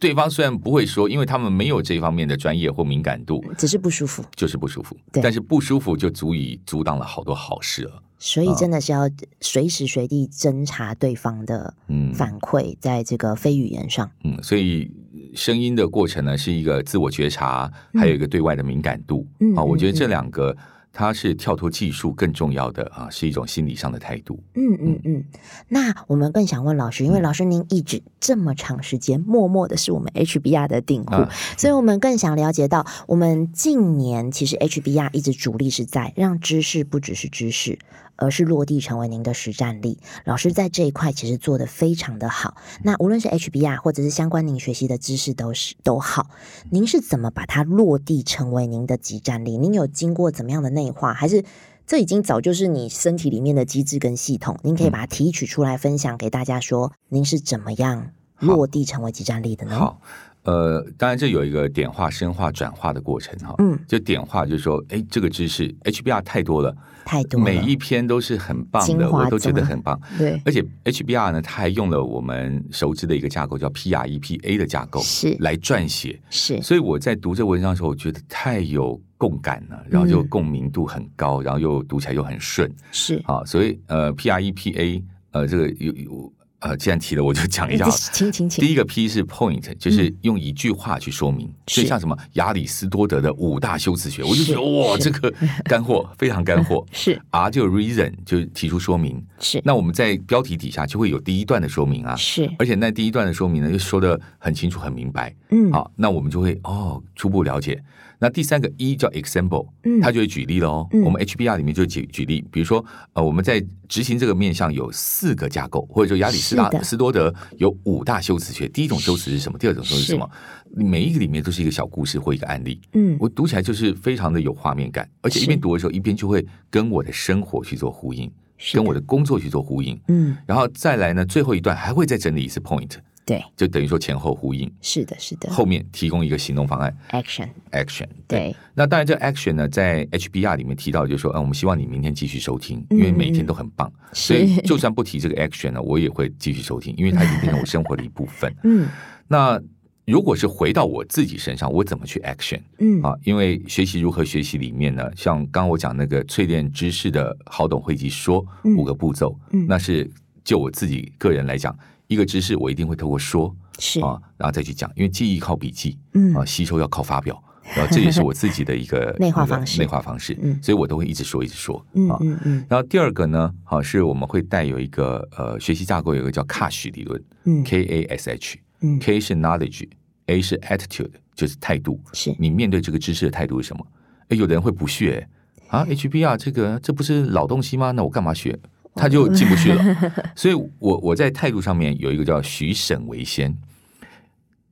对方虽然不会说，因为他们没有这方面的专业或敏感度，
只是不舒服，
就是不舒服。
对
但是不舒服就足以阻挡了好多好事了。
所
啊
以真的是要随时随地侦查对方的
嗯，
反馈，在这个非语言上，
嗯，所以声音的过程呢，是一个自我觉察，
嗯
还有一个对外的敏感度。
嗯
啊，我
嗯
觉得
嗯
这两个它是跳脱技术更重要的啊，是一种心理上的态度。
嗯嗯嗯，那我们更想问老师，因为老师您一直这么长时间默默的是我们 HBR 的订户，
啊
所以我们更想了解到，我们近年其实 HBR 一直主力是在让知识不只是知识，而是落地成为您的实战力。老师在这一块其实做得非常的好。那无论是 HBR 或者是相关您学习的知识都是都好，您是怎么把它落地成为您的集战力？您有经过怎么样的内化，还是这已经早就是你身体里面的机制跟系统？您可以把它提取出来分享给大家说，您是怎么样落地成为集战力的呢？
好，呃，当然这有一个点化、深化、转化的过程哈。
嗯，
就点化就是说，哎，这个知识 HBR 太多了，
太多了，
每一篇都是很棒
精
的，
华
我都觉
怎
得
么
很棒。
对
而且 HBR 呢，它还用了我们熟知的一个架构，叫 PREPA 的架构，
是
来撰写。
是
所以我在读这文章的时候，我觉得太有共感了，然后就
嗯
共鸣度很高，然后又读起来又很顺
是，
啊。所以呃，P R E P A 呃，这个有有呃，既然提了，我就讲一下好了。
请请请，
第一个 P 是 point，就是用一句话去说明，所
嗯
以
是
像什么亚里士多德的五大修辞学，我就觉
是
得哇，
是
这个干货非常干 货。
是
R 就 reason 就是提出说明，
是
那我们在标题底下就会有第一段的说明啊，
是
而且那第一段的说明呢，又说的很清楚、很明白。
嗯，
好，那我们就会哦初步了解。那第三个一叫 example，
嗯
它就会举例喽。
嗯
我们 HBR 里面就举举例，比如说呃我们在执行这个面向有四个架构，或者说亚里
是
士
的
大斯多德有五大修辞学。第一种修辞是什么？第二种修辞是
是
什么？每一个里面都是一个小故事或一个案例。
嗯
我读起来就是非常的有画面感，而且一边读的时候一边就会跟我的生活去做呼应，
是
跟我
的
的工作去做呼应。
嗯，
然后再来呢，最后一段还会再整理一次 point，
对，
就等于说前后呼应，
是的，是的
后面提供一个行动方案
嗯，action，
action。
对，
那当然，这个 action 呢，在 HBR 里面提到，就是说，嗯，我们希望你明天继续收听，
嗯
因为每天都很棒，所
是，
以就算不提这个 action 呢，我也会继续收听，因为它已经变成我生活的一部 分。
嗯
那如果是回到我自己身上，我怎么去 action？
嗯，
啊，因为学习如何学习里面呢，像刚刚我讲那个淬炼知识的好懂汇集说
嗯
五个步骤，
嗯
那是就我自己个人来讲，一个知识我一定会透过说
是，
啊，然后再去讲，因为记忆靠笔记
嗯
啊，吸收要靠发表，然后这也是我自己的一个
内化
那个
方式
内化方式，
嗯
所以我都会一直说一直说
嗯
啊。
嗯嗯
然后第二个呢，好、是我们会带有一个呃学习架构，有一个叫 Cash 理论
嗯
，K A S H，
嗯，
K 是 knowledge，A 是 attitude，就是态度。
是
你面对这个知识的态度是什么？诶，有的人会不屑、诶啊，HBR 这个这不是老东西吗？那我干嘛学？他就进不 去了。所以我我在态度上面有一个叫徐审为先，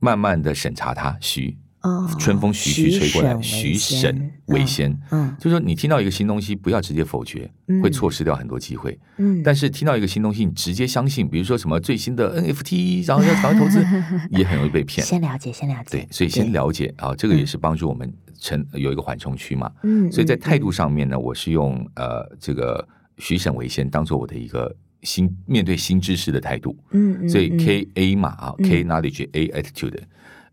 慢慢的审查它。徐，
哦，
春风徐徐吹过来，徐审
审
为
为，
先。
嗯
就是说，你听到一个新东西，不要直接否决，会错失掉很多机会。
嗯，
但是听到一个新东西，你直接相信，比如说什么最新的 NFT，然后要赶快 投资，也很容易被骗。
先了解，先了解
对，，所以先了解啊，这个也是帮助我们成有一个缓冲区嘛。
嗯，嗯，
所以在态
嗯
度上面呢，我是用呃这个徐省为先当做我的一个新面对新知识的态度。
嗯，嗯
所以
嗯
K A 嘛啊
嗯
，K knowledge A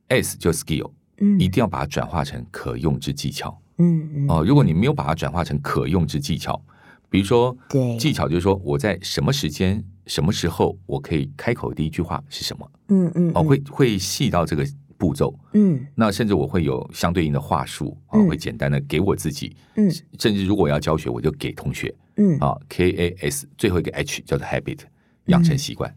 attitude，S 就 skill，
嗯
一定要把它转化成可用之技巧
嗯嗯
哦。如果你没有把它转化成可用之技巧，比如说
对
技巧就是说我在什么时间、什么时候我可以开口的第一句话是什么
嗯嗯
哦，会会细到这个步骤。
嗯
那甚至我会有相对应的话术啊，
嗯
会简单的给我自己，
嗯
甚至如果我要教学，我就给同学
嗯
啊，K A S 最后一个 H 叫做 habit，养
嗯
成习惯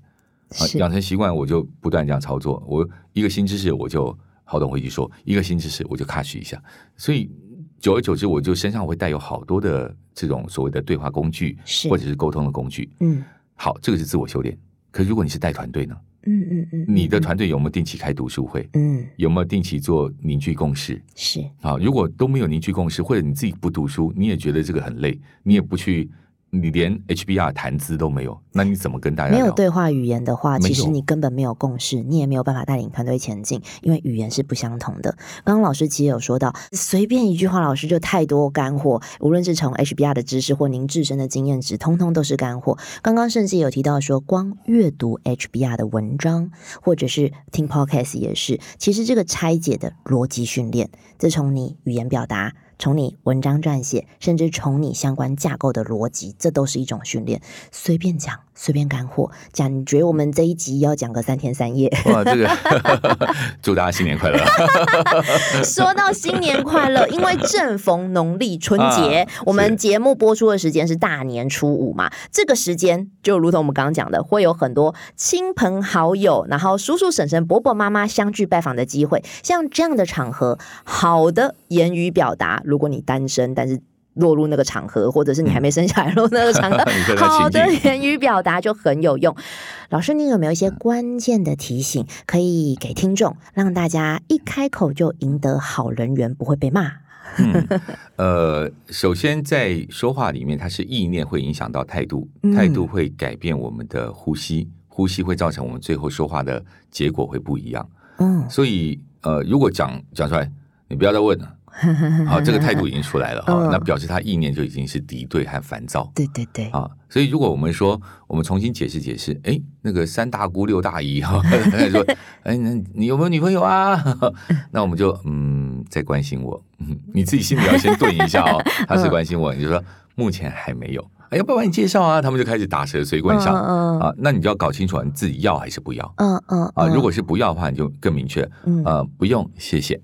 啊，
是
养成习惯我就不断这样操作，我一个新知识我就好懂回去说，一个新知识我就 catch 一下，所以久而久之，我就身上会带有好多的这种所谓的对话工具
是
或者是沟通的工具。
嗯
好，这个是自我修炼。可如果你是带团队呢？
嗯嗯嗯，
你
嗯
的团队有没有定期开读书会？
嗯
有没有定期做凝聚共识？
是
啊，如果都没有凝聚共识，或者你自己不读书，你也觉得这个很累，你也不去，你连 HBR 谈资都没有，那你怎么跟大家
没
聊？
有对话语言的话，
没
其实
有
你根本没有共识，你也没有办法带领团队前进，因为语言是不相同的。刚刚老师其实有说到，随便一句话，老师就太多干货，无论是从 HBR 的知识或您自身的经验值，通通都是干货。刚刚甚至有提到说，光阅读 HBR 的文章，或者是听 podcast 也是，其实这个拆解的逻辑训练，这从你语言表达。从你文章撰写，甚至从你相关架构的逻辑，这都是一种训练。随便讲，随便干货，感觉我们这一集要讲个三天三夜。
哇，这个 祝大家新年快乐！
说到新年快 乐，因为正逢农历春节，
啊
我们
是
节目播出的时间是大年初五嘛，这个时间就如同我们刚刚讲的，会有很多亲朋好友，然后叔叔婶婶、伯伯妈妈相聚拜访的机会。像这样的场合，好的言语表达，如果你单身，但是。落入那个场合，或者是你还没生下来落入那个场合，
你看他
好
情
的
境
言语表达就很有用。老师，您有没有一
嗯
些关键的提醒可以给听众，让大家一开口就赢得好人缘，不会被骂？
嗯，呃，首先在说话里面，它是意念会影响到态度，
嗯
态度会改变我们的呼吸，呼吸会造成我们最后说话的结果会不一样。
嗯，
所以呃，如果讲讲出来，你不要再问了。好，这个态度已经出来了哈、
嗯
那表示他意念就已经是敌对和烦躁
对对对，
啊。所以如果我们说，我们重新解释解释，哎，那个三大姑六大姨哈， 说，哎，那你有没有女朋友啊？ 那我们就嗯，在关心我， 嗯你自己心里要先顿一下 哦，他是关心我，你就说目前还没有，哎，要不要帮你介绍啊？他们就开始打蛇随棍上、
嗯嗯
啊，那你就要搞清楚你自己要还是不要。
嗯嗯
啊，如果是不要的话，你就更明确，
嗯
呃，不用，谢谢，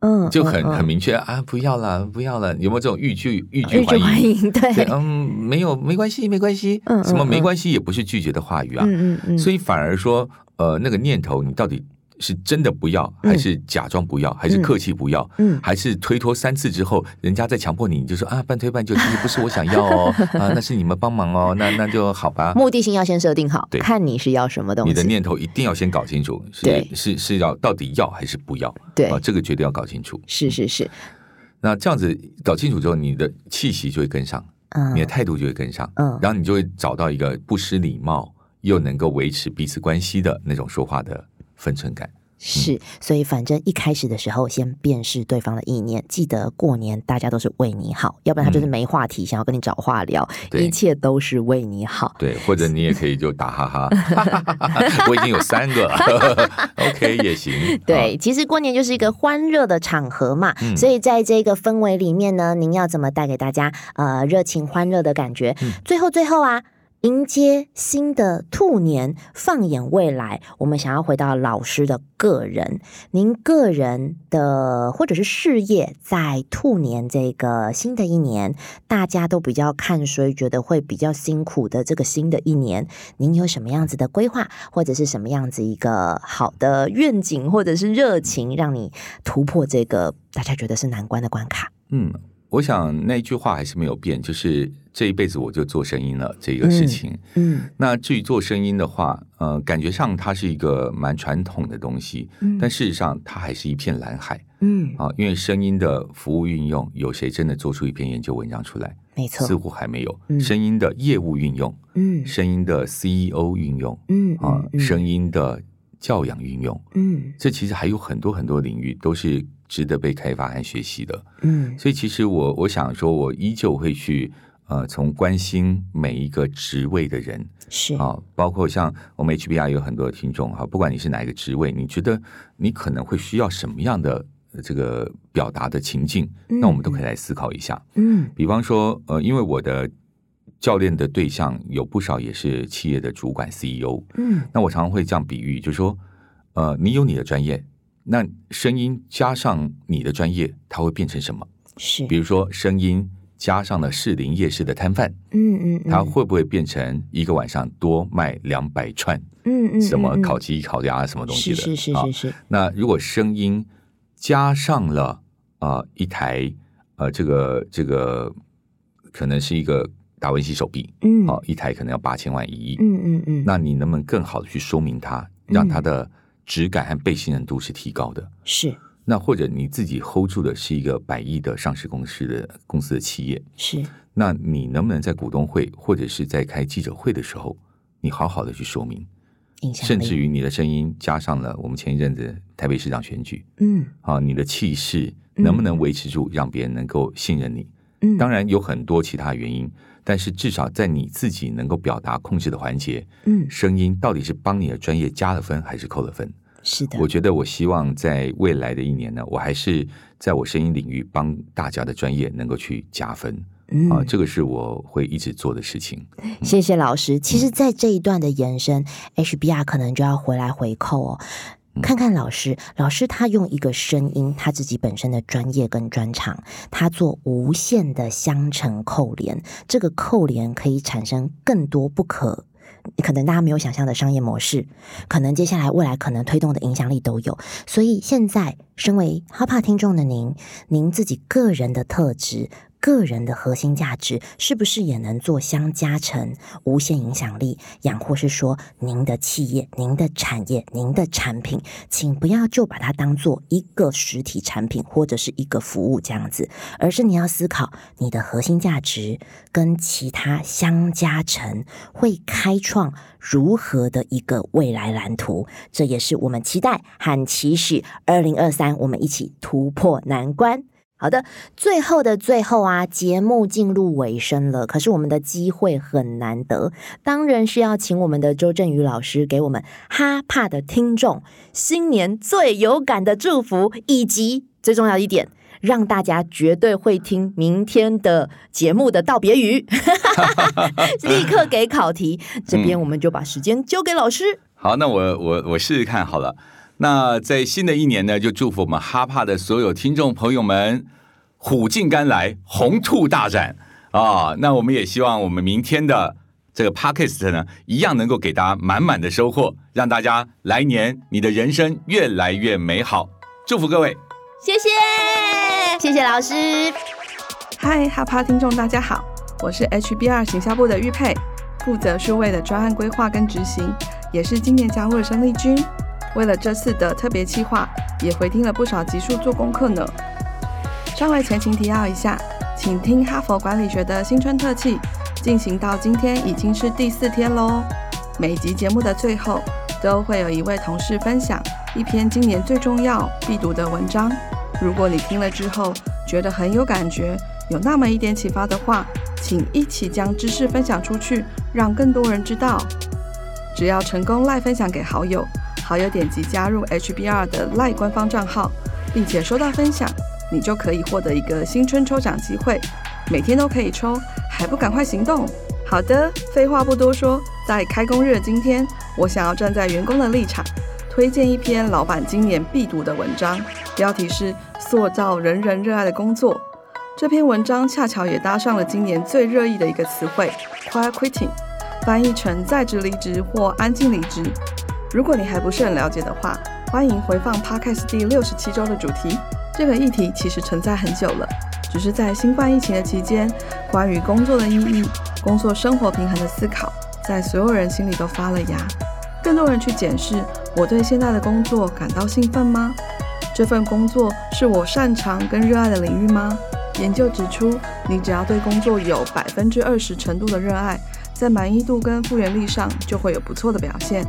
嗯
就很很
明
明确啊，不要了，不要了，有没有这种欲拒欲拒
欲拒
还
还
迎？
迎，对，
对，嗯，没有，没关系，没关系
哎嗯，
什么
嗯
没
嗯
关系也不是拒绝的话语啊，
嗯嗯嗯，
所
以
以反而说，呃，那个念头你到底是真的不要，还是假装不要，还是客气不要，
嗯
还是推脱三次之后，人家再强迫你，你就说啊半推半就，其实不是我想要 哦，啊那是你们帮忙哦，那那就好吧。
目的性要先设定好，
对
看你是要什么东
你的
西。
念头一定要先搞清楚，
对
是是是要到底要还是不要
对
啊？这个绝对要搞清楚。
是是是，
那这样子搞清楚之后，你的气息就会跟上，
嗯
你的态度就会跟上，
嗯
然后你就会找到一个不失礼貌又能够维持彼此关系的那种说话的分寸感。嗯
是，所以反正一开始的时候先辨识对方的意念，记得过年大家都是为你好，要不然他就是
嗯
没话题，想要跟你找话聊，
对
一切都是为你好。
对，或者你也可以就打哈哈，哈 哈哈哈我已经有三个 了，OK 也行。
对，其实过年就是一个欢乐的场合嘛，
嗯
所以在这个氛围里面呢，您要怎么带给大家呃热情欢乐的感觉？
嗯
最后最后啊，迎接新的兔年，放眼未来，我们想要回到老师的个人，您个人的或者是事业，在兔年这个新的一年，大家都比较看衰，觉得会比较辛苦的这个新的一年，您有什么样子的规划，或者是什么样子一个好的愿景，或者是热情，让你突破这个大家觉得是难关的关卡？
嗯，我想那一句话还是没有变，就是这一辈子我就做声音了这个事情。
嗯
那至于做声音的话，呃，感觉上它是一个蛮传统的东西，
嗯
但事实上它还是一片蓝海
嗯，
啊。因为声音的服务运用，有谁真的做出一篇研究文章出来？
没错
似，乎还没有。
嗯
声音的业务运用，
嗯
声音的 CEO 运用
嗯
啊，
嗯
声音的教养运用，
嗯
这其实还有很多很多领域都是值得被开发和学习的。
嗯
所以其实我我想说，我依旧会去呃，从关心每一个职位的人
是
啊、包括像我们 HBR 有很多听众哈、不管你是哪一个职位，你觉得你可能会需要什么样的呃这个表达的情境，
嗯
那我们都可以来思考一下。
嗯
比方说，呃，因为我的教练的对象有不少也是企业的主管 CEO，
嗯
那我常常会这样比喻，就说，呃，你有你的专业，那声音加上你的专业，它会变成什么？
是
比如说，声音加上了士林夜市的摊贩，
嗯嗯
它会不会变成一个晚上多卖两百串
嗯嗯
什么烤鸡、烤鸭什么东西的？
是是
啊
是是是
那如果声音加上了啊、呃一台呃这个这个可能是一个达文西手臂，
嗯
啊、一台可能要八千万一亿，
嗯嗯嗯
那你能不能更好的去说明它，让它的质感和被信任度是提高的？
是
那或者你自己 hold 住的是一个百亿的上市公司的公司的企业，
是
那你能不能在股东会或者是在开记者会的时候，你好好的去说明，
影响
甚
力
至于你的声音加上了我们前一阵子台北市长选举，
嗯
啊，你的气势
嗯
能不能维持住，让别人能够信任你？
嗯
当然有很多其他原因，但是至少在你自己能够表达控制的环节，
嗯
声音到底是帮你的专业加了分还是扣了分？
是的
我觉得我希望在未来的一年呢，我还是在我声音领域帮大家的专业能够去加分
嗯
啊，这个是我会一直做的事情。
谢谢老师。其实，在这一段的延伸，HBR 可能就要回来回扣哦。看看老师，老师他用一个声音，他自己本身的专业跟专长，他做无限的相乘扣连，这个扣连可以产生更多不可。可能大家没有想象的商业模式，可能接下来未来可能推动的影响力都有，所以现在身为哈帕听众的您，您自己个人的特质、个人的核心价值，是不是也能做相加成、无限影响力？养或是说，您的企业、您的产业、您的产品，请不要就把它当做一个实体产品或者是一个服务这样子，而是你要思考你的核心价值跟其他相加成会开创如何的一个未来蓝图。这也是我们期待和期许，二零二三我们一起突破难关。好的，最后的最后啊，节目进入尾声了，可是我们的机会很难得，当然是要请我们的周振宇老师给我们哈帕的听众新年最有感的祝福，以及最重要的一点。让大家绝对会听明天的节目的道别语， 立刻给考题。这边我们就把时间交给老师。
好，那我我我试试看好了。那在新的一年呢，就祝福我们哈帕的所有听众朋友们虎尽甘来，红兔大展啊！那我们也希望我们明天的这个 podcast 呢，一样能够给大家满满的收获，让大家来年你的人生越来越美好。祝福各位！
谢谢，谢谢老师。
嗨，哈趴听众大家好，我是 HBR 行销部的玉佩，负责数位的专案规划跟执行，也是今年加入的生力军。为了这次的特别企划，也回听了不少集数做功课呢。稍微前情提要一下，请听哈佛管理学的新春特辑，进行到今天已经是第四天喽。每集节目的最后都会有一位同事分享一篇今年最重要必读的文章。如果你听了之后觉得很有感觉，有那么一点启发的话，请一起将知识分享出去，让更多人知道。只要成功赖分享给好友，好友点击加入 HBR 的赖官方账号，并且收到分享，你就可以获得一个新春抽奖机会，每天都可以抽，还不赶快行动？好的，废话不多说，在开工日的今天，我想要站在员工的立场，推荐一篇老板今年必读的文章，标题是《塑造人人热爱的工作》。这篇文章恰巧也搭上了今年最热议的一个词汇 “quiet quitting”，翻译成在职离职或安静离职。如果你还不是很了解的话，欢迎回放 Podcast 第六十七周的主题。这个议题其实存在很久了，只是在新冠疫情的期间，关于工作的意义、工作生活平衡的思考，在所有人心里都发了芽。更多人去检视我对现在的工作感到兴奋吗？这份工作是我擅长跟热爱的领域吗？研究指出，你只要对工作有百分之二十程度的热爱，在满意度跟复原力上就会有不错的表现。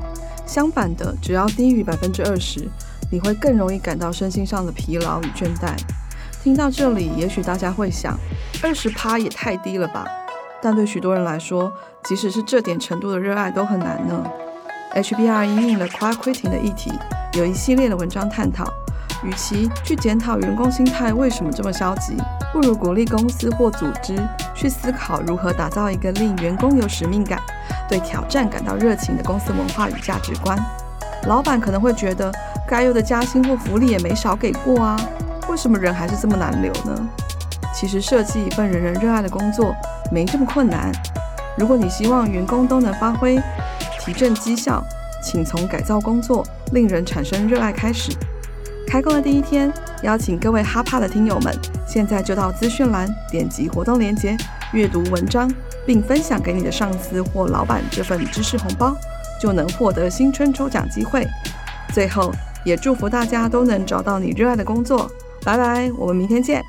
相反的，只要低于百分之二十，你会更容易感到身心上的疲劳与倦怠。听到这里，也许大家会想，二十趴也太低了吧？但对许多人来说，即使是这点程度的热爱都很难呢。HBR 因应了 quiet quitting 的议题，有一系列的文章探讨。与其去检讨员工心态为什么这么消极，不如鼓励公司或组织去思考如何打造一个令员工有使命感、对挑战感到热情的公司文化与价值观。老板可能会觉得，该有的加薪或福利也没少给过啊，为什么人还是这么难留呢？其实设计一份人人热爱的工作没这么困难。如果你希望员工都能发挥、提振绩效，请从改造工作、令人产生热爱开始。开工的第一天，邀请各位哈帕的听友们，现在就到资讯栏点击活动链接，阅读文章，并分享给你的上司或老板这份知识红包，就能获得新春抽奖机会。最后，也祝福大家都能找到你热爱的工作。拜拜，我们明天见。